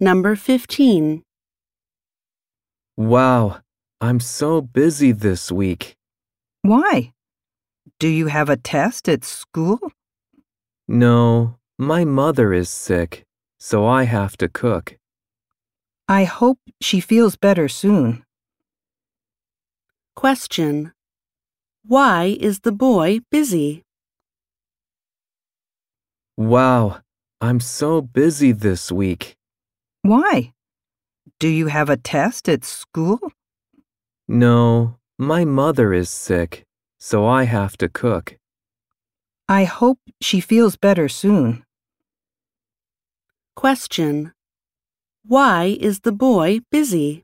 Number 15. Wow, I'm so busy this week. Why? Do you have a test at school? No, my mother is sick, so I have to cook. I hope she feels better soon. Question. Why is the boy busy? Wow, I'm so busy this week. Why? Do you have a test at school? No, my mother is sick, so I have to cook. I hope she feels better soon. Question. Why is the boy busy?